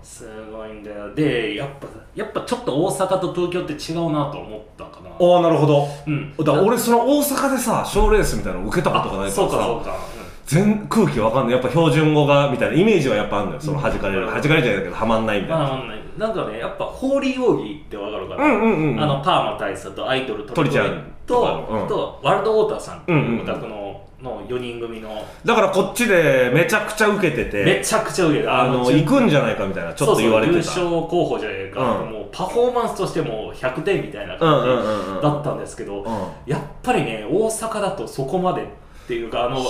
[SPEAKER 1] すごいんだよ。で、やっぱ、やっぱちょっと大阪と東京って違うなと思ったかな。
[SPEAKER 2] ああなるほど
[SPEAKER 1] うん。
[SPEAKER 2] だから俺その大阪でさ賞レースみたいなの受けたことがないか
[SPEAKER 1] そ
[SPEAKER 2] ら
[SPEAKER 1] うかそう
[SPEAKER 2] さ
[SPEAKER 1] か。
[SPEAKER 2] 全空気わかんないやっぱ標準語がみたいなイメージはやっぱあるんだよその弾かれる
[SPEAKER 1] うん
[SPEAKER 2] 弾かれちゃうんだけどはまんないみ
[SPEAKER 1] うん
[SPEAKER 2] たいな
[SPEAKER 1] まあ、なんかね、やっぱ、ホーリーオーギーってわかるかな。
[SPEAKER 2] うんうんうん
[SPEAKER 1] あの、パーマ大佐とアイドル
[SPEAKER 2] 鳥ちゃん
[SPEAKER 1] と、
[SPEAKER 2] うん
[SPEAKER 1] と、ワールドウォーターさんって
[SPEAKER 2] うん
[SPEAKER 1] い
[SPEAKER 2] うん
[SPEAKER 1] うオタクの、の4人組の、
[SPEAKER 2] だからこっちでめちゃくちゃ受けて
[SPEAKER 1] め
[SPEAKER 2] て
[SPEAKER 1] ちゃくちゃ受けた。
[SPEAKER 2] あの
[SPEAKER 1] 順
[SPEAKER 2] 行くんじゃないかみたいなちょっと言われてた
[SPEAKER 1] そうそう優勝候補じゃないか、
[SPEAKER 2] うん
[SPEAKER 1] もうパフォーマンスとしても100点みたいな
[SPEAKER 2] うんう
[SPEAKER 1] 感
[SPEAKER 2] んうんうん
[SPEAKER 1] じだったんですけど、
[SPEAKER 2] う
[SPEAKER 1] やっぱりね大阪だとそこまでっていうかあの
[SPEAKER 2] ー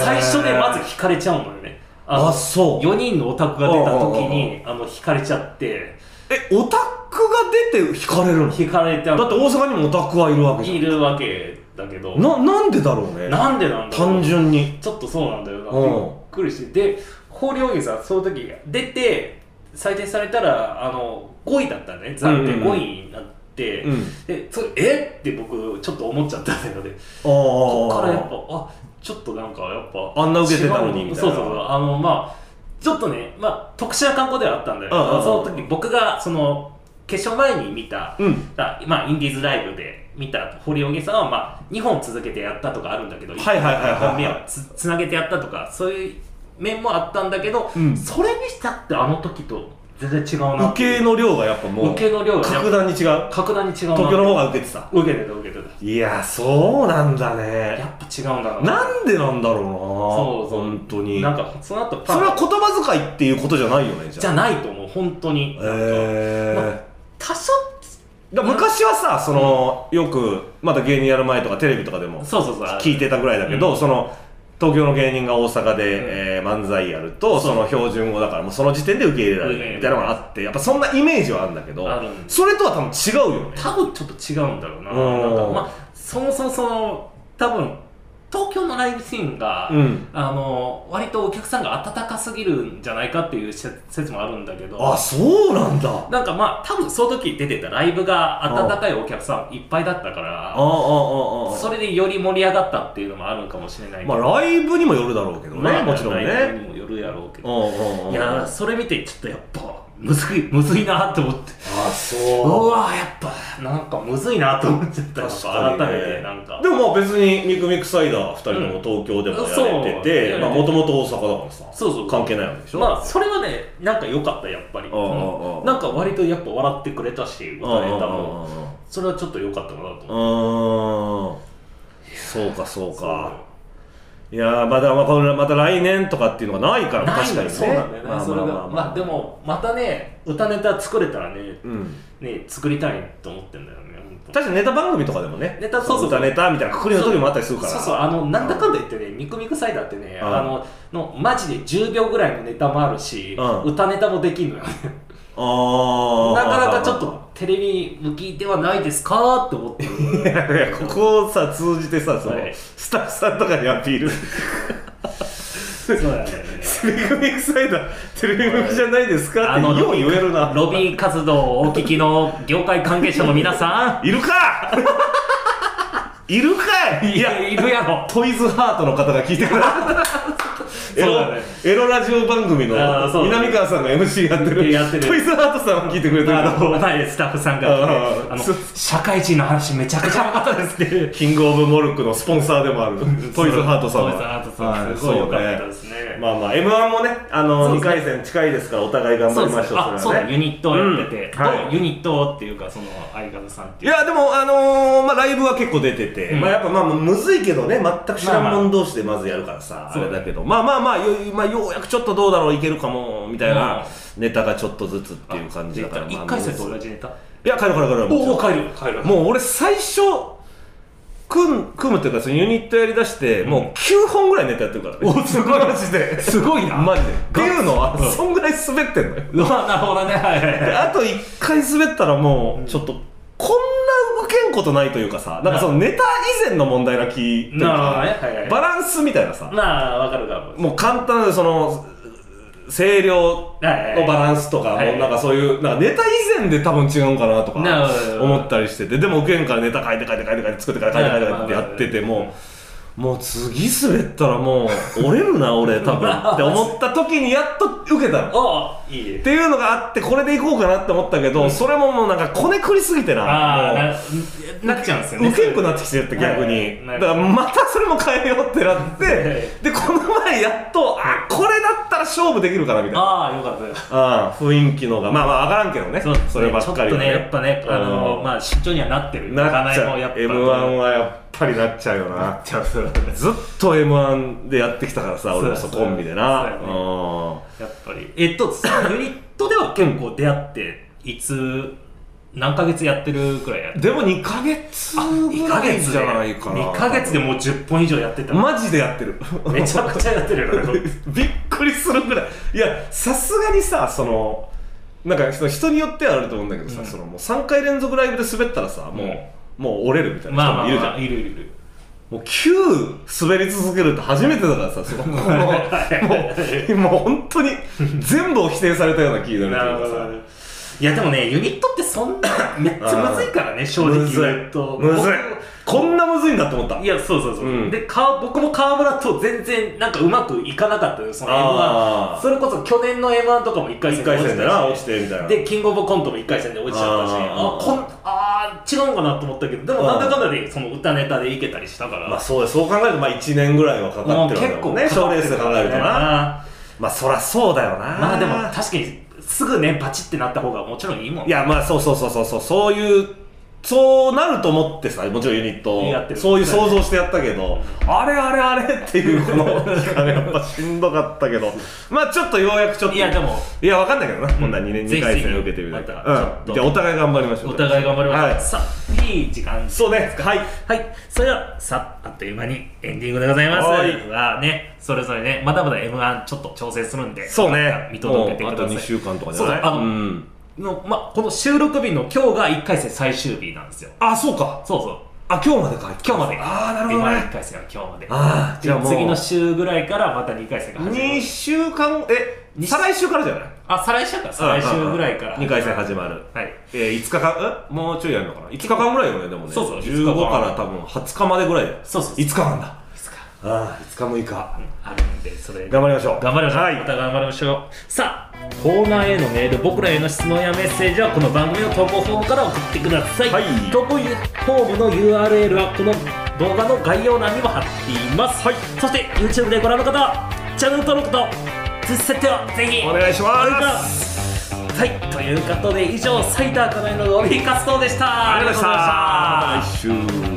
[SPEAKER 1] 最初でまず惹かれちゃうのよねの
[SPEAKER 2] あそう
[SPEAKER 1] 4人のオタクが出た時にあの惹かれちゃって
[SPEAKER 2] えオタクが出て惹かれるのだって
[SPEAKER 1] 惹かれてゃ
[SPEAKER 2] 大阪にもオタクはいるわけ
[SPEAKER 1] い
[SPEAKER 2] じ
[SPEAKER 1] るわけだけど
[SPEAKER 2] ゃんななんでだろうね
[SPEAKER 1] なんでなんだろう
[SPEAKER 2] 単純に
[SPEAKER 1] ちょっとそうなんだよな、
[SPEAKER 2] うん
[SPEAKER 1] びっくりしてで豊漁さんその時出て採点されたらあの5位だったんだね暫定
[SPEAKER 2] うんうんうん
[SPEAKER 1] 5位になって、
[SPEAKER 2] うん
[SPEAKER 1] でそれえって僕ちょっと思っちゃったんだよね
[SPEAKER 2] ああ
[SPEAKER 1] こっからやっぱあちょっとなんかやっぱ
[SPEAKER 2] あんな受けてたのに
[SPEAKER 1] 違う
[SPEAKER 2] みたい
[SPEAKER 1] そ
[SPEAKER 2] な
[SPEAKER 1] うそうそうあのまあちょっとね、まあ、特殊な観光ではあったんだよ、
[SPEAKER 2] うんうんうん
[SPEAKER 1] その時僕がその決勝前に見た、
[SPEAKER 2] うん
[SPEAKER 1] あまあ、インディーズライブで見た堀尾さんは、まあ、2本続けてやったとかあるんだけど、
[SPEAKER 2] はいはいはいはい
[SPEAKER 1] 1本目をつつなげてやったとかそういう面もあったんだけど、
[SPEAKER 2] うん
[SPEAKER 1] それにしたってあの時と全然違うな
[SPEAKER 2] 受けの量がやっぱもう
[SPEAKER 1] 受けの量が
[SPEAKER 2] 格段に違う東
[SPEAKER 1] 格段に違うな
[SPEAKER 2] 京の方が受けてた
[SPEAKER 1] 受けてた受けて
[SPEAKER 2] いやそうなんだ
[SPEAKER 1] たや
[SPEAKER 2] ね
[SPEAKER 1] っぱ違うんだな
[SPEAKER 2] なんでなんだろうな
[SPEAKER 1] そうそう
[SPEAKER 2] 本当に
[SPEAKER 1] なんかその後パ
[SPEAKER 2] そ
[SPEAKER 1] ン
[SPEAKER 2] れは言葉遣いっていうことじゃないよねじ
[SPEAKER 1] じ
[SPEAKER 2] ゃあ
[SPEAKER 1] ゃないと思う本当になんか
[SPEAKER 2] え
[SPEAKER 1] ま
[SPEAKER 2] ー
[SPEAKER 1] あ多少
[SPEAKER 2] だから昔はさその、よくまだ芸人やる前とかテレビとかでも
[SPEAKER 1] そうそうそう
[SPEAKER 2] 聞いてたぐらいだけど、その東京の芸人が大阪で、
[SPEAKER 1] うん
[SPEAKER 2] えー漫才やるとその標準語だからもうその時点で受け入れられ
[SPEAKER 1] 受け入れられ
[SPEAKER 2] る
[SPEAKER 1] る
[SPEAKER 2] みたいなのがあってやっぱそんなイメージはあるんだけど
[SPEAKER 1] あるんだ
[SPEAKER 2] それとは多分違うよね
[SPEAKER 1] 多分ちょっと違うんだろうな
[SPEAKER 2] うん
[SPEAKER 1] なんかまあそもそもその多分東京のライブシーンが、
[SPEAKER 2] うん
[SPEAKER 1] あの割とお客さんが温かすぎるんじゃないかっていう説説もあるんだけど
[SPEAKER 2] あそうなんだあ
[SPEAKER 1] なんかまあ多分その時出てたライブが温かいお客さんいっぱいだったか
[SPEAKER 2] ああ
[SPEAKER 1] ら
[SPEAKER 2] ああ
[SPEAKER 1] それでより盛り上がったっていうのもあるかもしれないけど
[SPEAKER 2] まあライブにもよるだろうけどね、もちろん
[SPEAKER 1] ライブ
[SPEAKER 2] ね
[SPEAKER 1] にもよるやろうけ
[SPEAKER 2] う
[SPEAKER 1] ど
[SPEAKER 2] んうんうん
[SPEAKER 1] いやーそれ見てちょっとやっぱむずいむずいなって思って
[SPEAKER 2] あそう
[SPEAKER 1] うわーやっぱなんかむずいなと思っちゃったやっ
[SPEAKER 2] 確
[SPEAKER 1] ぱ
[SPEAKER 2] かにね
[SPEAKER 1] 改めてなんか
[SPEAKER 2] でもまあ別にミクミクサイダー2人とも東京でもやれてて
[SPEAKER 1] うんそう
[SPEAKER 2] まあもともと大阪だからさ
[SPEAKER 1] そうそう
[SPEAKER 2] 関係ないわけでしょ
[SPEAKER 1] まあそれはねなんか良かったやっぱり
[SPEAKER 2] うんうんうん
[SPEAKER 1] なんか割とやっぱ笑ってくれたし
[SPEAKER 2] うん
[SPEAKER 1] 歌
[SPEAKER 2] うん
[SPEAKER 1] え
[SPEAKER 2] うん
[SPEAKER 1] たもそれはちょっと良かったかなと思って
[SPEAKER 2] うんうんそうかそうかいやーまだまあこれまた来年とかっていうのがないから
[SPEAKER 1] ない
[SPEAKER 2] 確かにね
[SPEAKER 1] そうなんだよね、
[SPEAKER 2] まあ
[SPEAKER 1] それ
[SPEAKER 2] ま
[SPEAKER 1] が
[SPEAKER 2] あ
[SPEAKER 1] ま
[SPEAKER 2] ま
[SPEAKER 1] あ
[SPEAKER 2] あまあ
[SPEAKER 1] でもまたね歌ネタ作れたらね
[SPEAKER 2] うん
[SPEAKER 1] ね作りたいと思ってんだよね本当
[SPEAKER 2] 確かにネタ番組とかでもね
[SPEAKER 1] ネタそうそう
[SPEAKER 2] 歌ネタみたいなくくりの時もあったりするから
[SPEAKER 1] そうそうあのなんだかんだ言ってね「ミクミクサイダー」ってね、
[SPEAKER 2] うん
[SPEAKER 1] あののマジで10秒ぐらいのネタもあるし、
[SPEAKER 2] うん
[SPEAKER 1] 歌ネタもできるのよね
[SPEAKER 2] あ
[SPEAKER 1] な
[SPEAKER 2] ー
[SPEAKER 1] かなかちょっとテレビ向きではないですかって思って
[SPEAKER 2] い
[SPEAKER 1] る
[SPEAKER 2] やいやここをさ通じてさその、
[SPEAKER 1] はい
[SPEAKER 2] スタッフさんとかにアピール
[SPEAKER 1] そうだよね
[SPEAKER 2] テレビサイダーテレビ向きじゃないですかってよう言えるな
[SPEAKER 1] ロビー活動をお聞きの業界関係者の皆さ
[SPEAKER 2] いるか いるか
[SPEAKER 1] ん
[SPEAKER 2] いいや
[SPEAKER 1] いるやろ
[SPEAKER 2] トイズハートの方が聞いてくれたエ
[SPEAKER 1] そうだ
[SPEAKER 2] ロ
[SPEAKER 1] ね
[SPEAKER 2] エロラジオ番組の
[SPEAKER 1] あーそうだね
[SPEAKER 2] 南川さんが MC やってる
[SPEAKER 1] やってる
[SPEAKER 2] トイズハートさんは聞いてくれてる
[SPEAKER 1] あの、前スタッフさんが、
[SPEAKER 2] ああ
[SPEAKER 1] あの
[SPEAKER 2] そう、
[SPEAKER 1] 社会人の話めちゃくちゃ良かったですね。
[SPEAKER 2] キングオブモルックのスポンサー でもあるトイズハートさん
[SPEAKER 1] ト
[SPEAKER 2] は
[SPEAKER 1] イズハートさ
[SPEAKER 2] は
[SPEAKER 1] ん、すごい良か
[SPEAKER 2] そう
[SPEAKER 1] っ
[SPEAKER 2] ね
[SPEAKER 1] たですね。
[SPEAKER 2] まあまあ m 1もねあの
[SPEAKER 1] そう
[SPEAKER 2] 2
[SPEAKER 1] ですね
[SPEAKER 2] 回戦近いですからお互い頑張
[SPEAKER 1] そう
[SPEAKER 2] り
[SPEAKER 1] で
[SPEAKER 2] まし
[SPEAKER 1] す
[SPEAKER 2] ょう
[SPEAKER 1] ね。あ、
[SPEAKER 2] そ
[SPEAKER 1] そう
[SPEAKER 2] れ
[SPEAKER 1] だ、
[SPEAKER 2] は
[SPEAKER 1] ユニットをやってて、
[SPEAKER 2] うんはい
[SPEAKER 1] とユニットっていうか、その、相方さんって
[SPEAKER 2] い
[SPEAKER 1] いう。
[SPEAKER 2] やでもあのーまあライブは結構出てて、
[SPEAKER 1] うん
[SPEAKER 2] まあやっぱまあむずいけどね全く知ら
[SPEAKER 1] まあ
[SPEAKER 2] ん
[SPEAKER 1] まあ
[SPEAKER 2] 者同士でまずやるからさ、
[SPEAKER 1] そう
[SPEAKER 2] あれだけどまあまあまあよ,、まあ、ようやくちょっとどうだろういけるかもみたいな、ネタがちょっとずつっていう感じだから
[SPEAKER 1] あ
[SPEAKER 2] まあ
[SPEAKER 1] 一回戦と
[SPEAKER 2] む
[SPEAKER 1] 同
[SPEAKER 2] ずい
[SPEAKER 1] じネタ。
[SPEAKER 2] いや帰る帰る帰るもちろ
[SPEAKER 1] お
[SPEAKER 2] ん
[SPEAKER 1] お、帰る、帰る。
[SPEAKER 2] もう俺最初組む組むっていうかそのユニットやりだして、もう9本ぐらいネタやってるからね
[SPEAKER 1] おすごい
[SPEAKER 2] マジ で
[SPEAKER 1] すごいな。
[SPEAKER 2] マジでっていうのは
[SPEAKER 1] うん
[SPEAKER 2] そんぐらい滑ってんのよ
[SPEAKER 1] うわ、なるほどね。はいはい
[SPEAKER 2] で
[SPEAKER 1] はい。
[SPEAKER 2] あと一回滑ったらもうちょっとこんな動けんことないというかさなんかそのネタ以前の問題な気という
[SPEAKER 1] なるほどね
[SPEAKER 2] か。
[SPEAKER 1] はいはい
[SPEAKER 2] バランスみたいなさ
[SPEAKER 1] まあ、わかるかも。
[SPEAKER 2] もう簡単なその声量のバ
[SPEAKER 1] はいはい
[SPEAKER 2] ランスとか
[SPEAKER 1] はい
[SPEAKER 2] もうなんかそういうなんかネタ以前で多分違うんかなと
[SPEAKER 1] な
[SPEAKER 2] か
[SPEAKER 1] るほど
[SPEAKER 2] 思ったりしててでも受けんからネタ書いて書いて書いて書いて作ってから書いて書いて書いてってやっててもうもう次滑ったらもう折れるな 俺多分って思った時にやっと受けたの
[SPEAKER 1] おいい
[SPEAKER 2] っていうのがあってこれでいこうかなって思ったけど、それももうなんかこねくりすぎて
[SPEAKER 1] ああ、
[SPEAKER 2] な
[SPEAKER 1] ななっちゃうんですよ
[SPEAKER 2] もう
[SPEAKER 1] ね。
[SPEAKER 2] ウケんくなってきてって逆
[SPEAKER 1] は
[SPEAKER 2] に
[SPEAKER 1] い
[SPEAKER 2] だからまたそれも変えようってなって
[SPEAKER 1] い
[SPEAKER 2] でこの前やっとあこれだったら勝負できるかなみたいな
[SPEAKER 1] ああ、よかったよ。
[SPEAKER 2] あ雰囲気のがまあまあ上がらんけどねそればっかり
[SPEAKER 1] ちょっと
[SPEAKER 2] は
[SPEAKER 1] ね、やっぱね、あの
[SPEAKER 2] うん
[SPEAKER 1] まあ、慎重にはなってる。
[SPEAKER 2] なっち
[SPEAKER 1] 金
[SPEAKER 2] ゃ
[SPEAKER 1] もやっ
[SPEAKER 2] う
[SPEAKER 1] ぱ
[SPEAKER 2] m 1はやっぱりなっちゃうよな
[SPEAKER 1] ちゃうそうだね
[SPEAKER 2] ずっと m 1でやってきたからさ俺も
[SPEAKER 1] そ
[SPEAKER 2] そう
[SPEAKER 1] だそう
[SPEAKER 2] コ
[SPEAKER 1] だ
[SPEAKER 2] ンビでな
[SPEAKER 1] そうだ
[SPEAKER 2] うん
[SPEAKER 1] やっぱり。えっと、そのユニットでは結構出会って、いつ、何ヶ月やってるくらいやる
[SPEAKER 2] でも2ヶ月
[SPEAKER 1] 二
[SPEAKER 2] ぐらいじゃないかな
[SPEAKER 1] 2ヶ月でもう10本以上やってた。
[SPEAKER 2] マジでやってる
[SPEAKER 1] めちゃくちゃやってるよね これ
[SPEAKER 2] びっくりするぐらいいやさすがにさそのなんかその人によってはあると思うんだけどさ、
[SPEAKER 1] うん
[SPEAKER 2] そのもう3回連続ライブで滑ったらさもう、もう折れるみたいな
[SPEAKER 1] まあ
[SPEAKER 2] 人
[SPEAKER 1] まあ、
[SPEAKER 2] もいるじゃん、
[SPEAKER 1] まあ、いるいるいる。
[SPEAKER 2] もう9滑り続けるって初めてだからさそ のもうもう本当に全部を否定されたような気になる
[SPEAKER 1] なるほ
[SPEAKER 2] という
[SPEAKER 1] ど
[SPEAKER 2] かさ
[SPEAKER 1] ね。いやでもね、ユニットってそんな、めっちゃむずいからね、正直
[SPEAKER 2] むずい
[SPEAKER 1] 言うと。
[SPEAKER 2] むずいこんなむずいんだって思った
[SPEAKER 1] いや、そうそうそう。
[SPEAKER 2] うん
[SPEAKER 1] で、か僕も河村と全然、なんかうまくいかなかったよ、その M1。
[SPEAKER 2] あー
[SPEAKER 1] それこそ去年の M1 とかも1回
[SPEAKER 2] 1
[SPEAKER 1] 戦
[SPEAKER 2] 回戦でな落
[SPEAKER 1] ち
[SPEAKER 2] ちてみたい
[SPEAKER 1] た
[SPEAKER 2] な
[SPEAKER 1] しで、キングオブコントも1回戦で落ちちゃったし、
[SPEAKER 2] あー
[SPEAKER 1] あこんあー違うんかなと思ったけど、でもなんだかんだでその歌ネタでいけたりしたから。
[SPEAKER 2] まあそうだそう考えるとまあ1年ぐらいはかかってるわけだもんね賞レースで考えるとな
[SPEAKER 1] な。
[SPEAKER 2] まあそらそうだよな
[SPEAKER 3] まあでも確かにすぐねバチってなった方がもちろんいいもん
[SPEAKER 2] いやまあそうそうそうそうそうそういうそうなると思ってさもちろんユニットを
[SPEAKER 3] やってる
[SPEAKER 2] そういう想像してやったけど、あれあれあれっていうこの期間やっぱしんどかった けどまあちょっとようやくちょっと
[SPEAKER 3] いやでも
[SPEAKER 2] いやわかんないけどな、こんな2年
[SPEAKER 3] ぜ
[SPEAKER 2] 2
[SPEAKER 3] ひ
[SPEAKER 2] 回戦受けてみたいか
[SPEAKER 3] またちょ
[SPEAKER 2] ら
[SPEAKER 3] っ、
[SPEAKER 2] う
[SPEAKER 3] と
[SPEAKER 2] ん、じゃあお互い頑張りましょう
[SPEAKER 3] お互い頑張りましょう、
[SPEAKER 2] はい
[SPEAKER 3] さあいい時間
[SPEAKER 2] そうねはい
[SPEAKER 1] はい、それではさあっという間にエンディングでございます。
[SPEAKER 2] はい
[SPEAKER 1] はね、それぞれね、まだまだ M1 ちょっと調整するんで、
[SPEAKER 2] そうね
[SPEAKER 1] 見届けてください
[SPEAKER 2] もうあと2週間とかじゃない
[SPEAKER 1] そうあの
[SPEAKER 2] ん、
[SPEAKER 1] のまあこの収録日の今日が1回戦最終日なんですよ。
[SPEAKER 2] あそうか
[SPEAKER 1] そうそう。
[SPEAKER 2] あ今日までか
[SPEAKER 1] 今日まで。
[SPEAKER 2] ああなるほど
[SPEAKER 1] M1
[SPEAKER 2] ね
[SPEAKER 1] 1回戦は今日まで。
[SPEAKER 2] ああじゃあもう
[SPEAKER 1] 次の週ぐらいからまた2回戦が始ま
[SPEAKER 2] 2
[SPEAKER 1] る。
[SPEAKER 2] 週間え再来週からじゃない
[SPEAKER 1] あ、再来週か。再来週ぐらいから。
[SPEAKER 2] 2回戦始まる
[SPEAKER 1] はい。
[SPEAKER 2] えー、5日間えもうちょいやるのかな5日間ぐらいよねでもね
[SPEAKER 1] そうそう
[SPEAKER 2] 15
[SPEAKER 1] 5日間
[SPEAKER 2] から多分20日までぐらいだよ
[SPEAKER 1] そうそうそう
[SPEAKER 2] 5日なんだあ
[SPEAKER 1] いつか
[SPEAKER 2] あ5日6日
[SPEAKER 1] あるんで、それ
[SPEAKER 2] 頑張りましょう
[SPEAKER 1] 頑張りましょう、
[SPEAKER 2] はい
[SPEAKER 1] また頑張りましょうさあコーナーへのメール僕らへの質問やメッセージはこの番組の投稿フォームから送ってください、
[SPEAKER 2] はい
[SPEAKER 1] 投稿フォームの URL はこの動画の概要欄にも貼っています、そして YouTube でご覧の方はチャンネル登録とツイッター設定をぜひ
[SPEAKER 2] お願いし
[SPEAKER 1] お願いし
[SPEAKER 2] ま
[SPEAKER 1] ますすはい、ということで以上「サイダー仮面のロビー活動」でした
[SPEAKER 2] ありがとうございまし
[SPEAKER 1] あり
[SPEAKER 2] た
[SPEAKER 1] がとうございま
[SPEAKER 2] また来週